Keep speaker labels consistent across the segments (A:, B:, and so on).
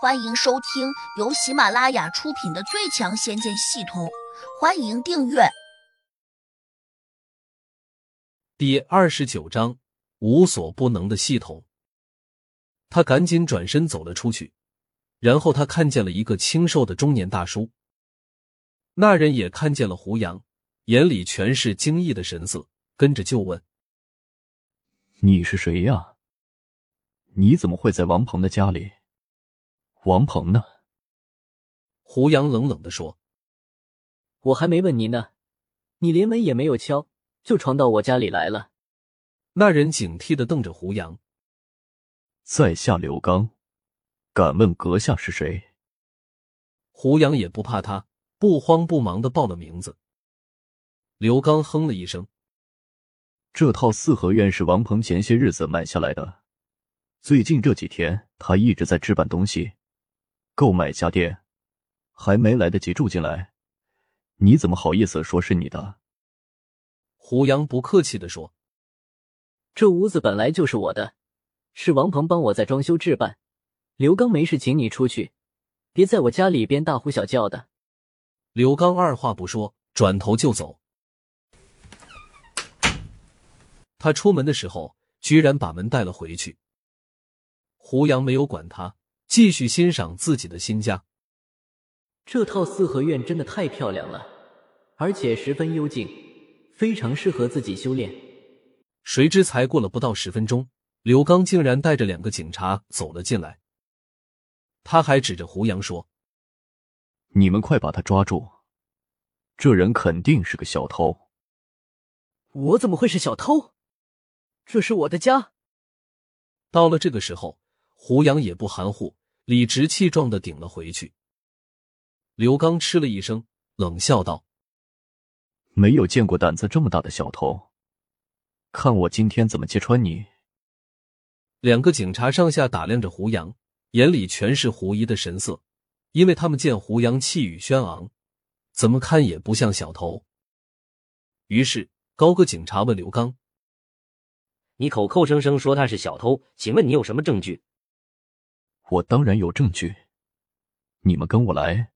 A: 欢迎收听由喜马拉雅出品的《最强仙剑系统》，欢迎订阅。
B: 第二十九章：无所不能的系统。他赶紧转身走了出去，然后他看见了一个清瘦的中年大叔。那人也看见了胡杨，眼里全是惊异的神色，跟着就问
C: 你是谁呀？你怎么会在王鹏的家里？王鹏呢？
B: 胡杨冷冷的说
D: 我还没问您呢，你连门也没有敲，就闯到我家里来了。：“
B: 那人警惕的瞪着胡杨。
C: 在下刘刚，敢问阁下是谁？”
B: 胡杨也不怕他，不慌不忙的报了名字。刘刚哼了一声，
C: 这套四合院是王鹏前些日子买下来的，最近这几天他一直在置办东西，购买家电，还没来得及住进来。你怎么好意思说是你的？
B: 胡杨不客气的说
D: 这屋子本来就是我的，是王鹏帮我在装修置办。刘刚没事，请你出去，别在我家里边大呼小叫的。：“
B: 刘刚二话不说，转头就走。”他出门的时候，居然把门带了回去。胡杨没有管他，继续欣赏自己的新家。
D: 这套四合院真的太漂亮了，而且十分幽静，非常适合自己修炼。
B: 谁知才过了不到十分钟，刘刚竟然带着两个警察走了进来。他还指着胡杨说
C: 你们快把他抓住！这人肯定是个小偷。
D: 我怎么会是小偷？这是我的家。：“
B: 到了这个时候，胡杨也不含糊，理直气壮的顶了回去。”刘刚嗤了一声，冷笑道
C: 没有见过胆子这么大的小偷，看我今天怎么揭穿你！：“
B: 两个警察上下打量着胡杨，眼里全是狐疑的神色，因为他们见胡杨气宇轩昂，怎么看也不像小头。”于是高个警察问刘刚
E: 你口口声声说他是小偷，请问你有什么证据？
C: 我当然有证据，你们跟我来。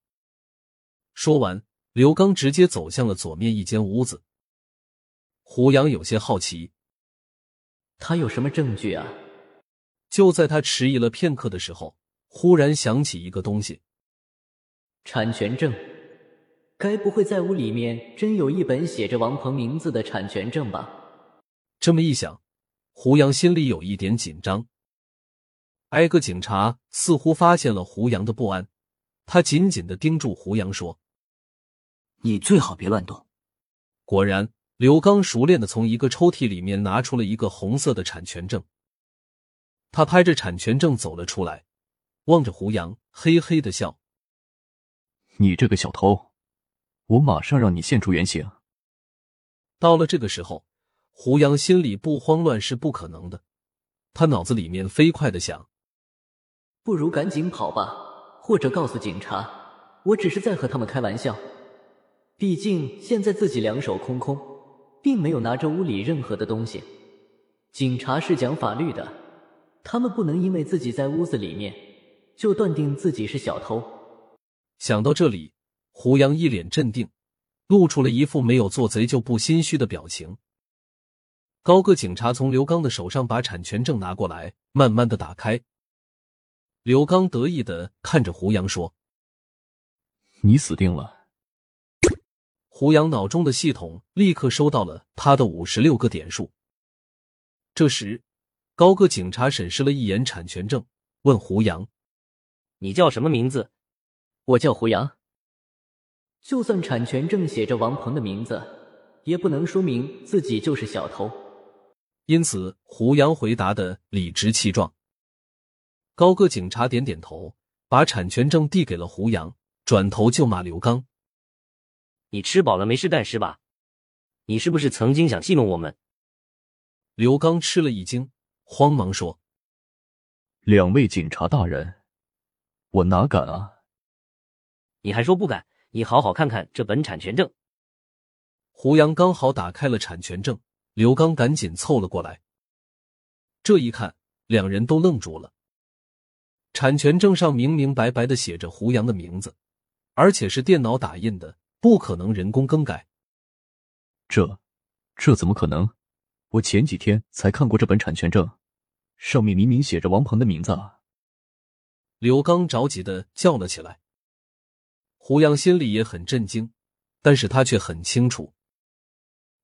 B: 说完，刘刚直接走向了左面一间屋子。胡杨有些好奇，
D: 他有什么证据啊？
B: 就在他迟疑了片刻的时候，忽然想起一个东西。
D: 产权证，该不会在屋里面真有一本写着王鹏名字的产权证吧？
B: 这么一想，胡杨心里有一点紧张。挨个警察似乎发现了胡杨的不安，他紧紧的盯住胡杨说
E: 你最好别乱动。：“
B: 果然。”刘刚熟练的从一个抽屉里面拿出了一个红色的产权证，他拍着产权证走了出来，望着胡杨，嘿嘿的笑。
C: 你这个小偷，我马上让你现出原形！
B: 到了这个时候，胡杨心里不慌乱是不可能的，他脑子里面飞快的想，
D: 不如赶紧跑吧，或者告诉警察，我只是在和他们开玩笑。毕竟现在自己两手空空，并没有拿着屋里任何的东西。警察是讲法律的，他们不能因为自己在屋子里面就断定自己是小偷。
B: 想到这里，胡杨一脸镇定，露出了一副没有做贼就不心虚的表情。高个警察从刘刚的手上把产权证拿过来，慢慢的打开。刘刚得意的看着胡杨说
C: 你死定了！：“
B: 胡杨脑中的系统立刻收到了他的五十六个点数。”这时，高个警察审视了一眼产权证，问胡杨。
E: 你叫什么名字？
D: 我叫胡杨。就算产权证写着王鹏的名字，也不能说明自己就是小偷。
B: 因此胡杨回答的理直气壮。高个警察点点头，把产权证递给了胡杨，转头就骂刘刚。
E: 你吃饱了没事干是吧？你是不是曾经想戏弄我们？
B: 刘刚吃了一惊，慌忙说
C: 两位警察大人，我哪敢啊！
E: 你还说不敢？你好好看看这本产权证。：“
B: 胡杨刚好打开了产权证。”刘刚赶紧凑了过来，这一看，两人都愣住了。产权证上明明白白的写着胡杨的名字，而且是电脑打印的，不可能人工更改。
C: 这这怎么可能？我前几天才看过这本产权证，上面明明写着王鹏的名字啊！
B: 刘刚着急的叫了起来。胡杨心里也很震惊，但是他却很清楚，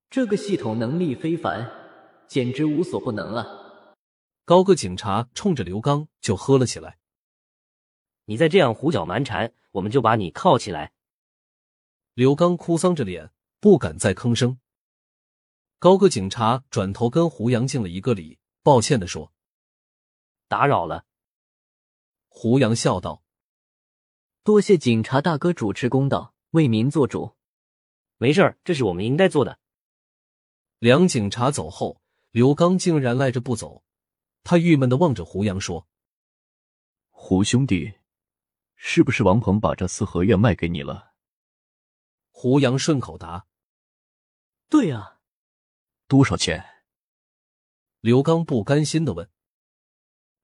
D: 这个系统能力非凡，简直无所不能啊！
B: 高个警察冲着刘刚就喝了起来。
E: 你再这样胡搅蛮缠，我们就把你铐起来。
B: 刘刚哭丧着脸，不敢再吭声。高个警察转头跟胡杨敬了一个礼，抱歉的说
E: 打扰了，：“
B: 胡杨笑道，
D: 多谢警察大哥主持公道，为民做主。
E: 没事儿，这是我们应该做的。
B: 两警察走后，刘刚竟然赖着不走，他郁闷的望着胡杨说
C: 胡兄弟，是不是王鹏把这四合院卖给你了？：“
B: 胡杨顺口答。
D: 对啊，
C: 多少钱？”
B: 刘刚不甘心的问。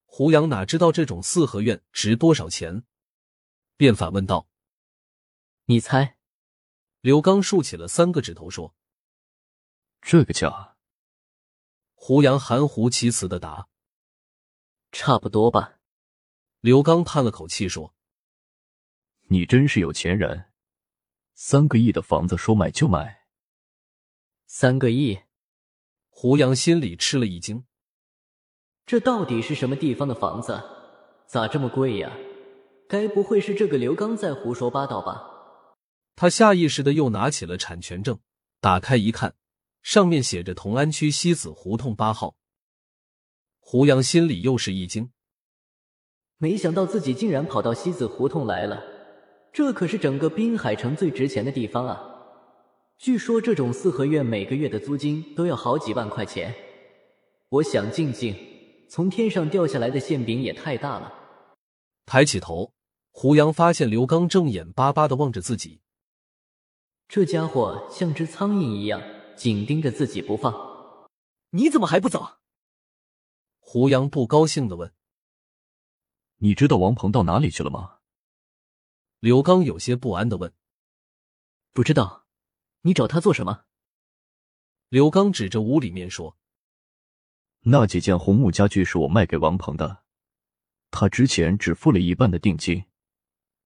B: 胡杨哪知道这种四合院值多少钱，便反问道。
D: 你猜？
B: 刘刚竖起了三个指头说
C: 这个价，：“
B: 胡杨含糊其辞的答。
D: 差不多吧。”
B: 刘刚叹了口气说
C: 你真是有钱人！三个亿的房子说买就买，
D: 三个亿，：“
B: 胡杨心里吃了一惊。
D: 这到底是什么地方的房子？咋这么贵呀？该不会是这个刘刚在胡说八道吧？”
B: 他下意识的又拿起了产权证，打开一看，上面写着同安区西子胡同八号。胡杨心里又是一惊。
D: 没想到自己竟然跑到西子胡同来了，这可是整个滨海城最值钱的地方啊！据说这种四合院每个月的租金都要好几万块钱。我想静静，从天上掉下来的馅饼也太大了。
B: 抬起头，胡杨发现刘刚正眼巴巴的望着自己。
D: 这家伙像只苍蝇一样紧盯着自己不放。你怎么还不走？啊
B: 胡杨不高兴的问
C: 你知道王鹏到哪里去了吗？
B: 刘刚，有些不安的问
D: 不知道，你找他做什么？
B: 刘刚，指着屋里面说
C: 那几件红木家具是我卖给王鹏的，他之前只付了一半的定金，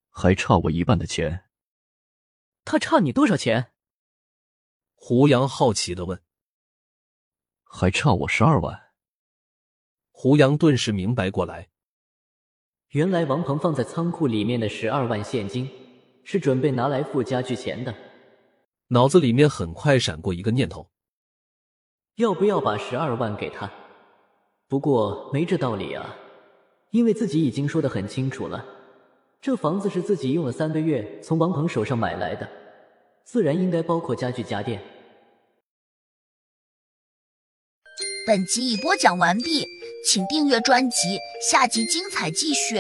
C: 还差我一半的钱。
D: 他差你多少钱？：“
B: 胡杨好奇的问。
C: 还差我十二万。”
B: 胡杨顿时明白过来，
D: 原来王鹏放在仓库里面的十二万现金，是准备拿来付家具钱的。
B: 脑子里面很快闪过一个念头：
D: 要不要把十二万给他？不过没这道理啊，因为自己已经说得很清楚了，这房子是自己用了三个月从王鹏手上买来的，自然应该包括家具家电。
A: 本集已播讲完毕，请订阅专辑，下集精彩继续。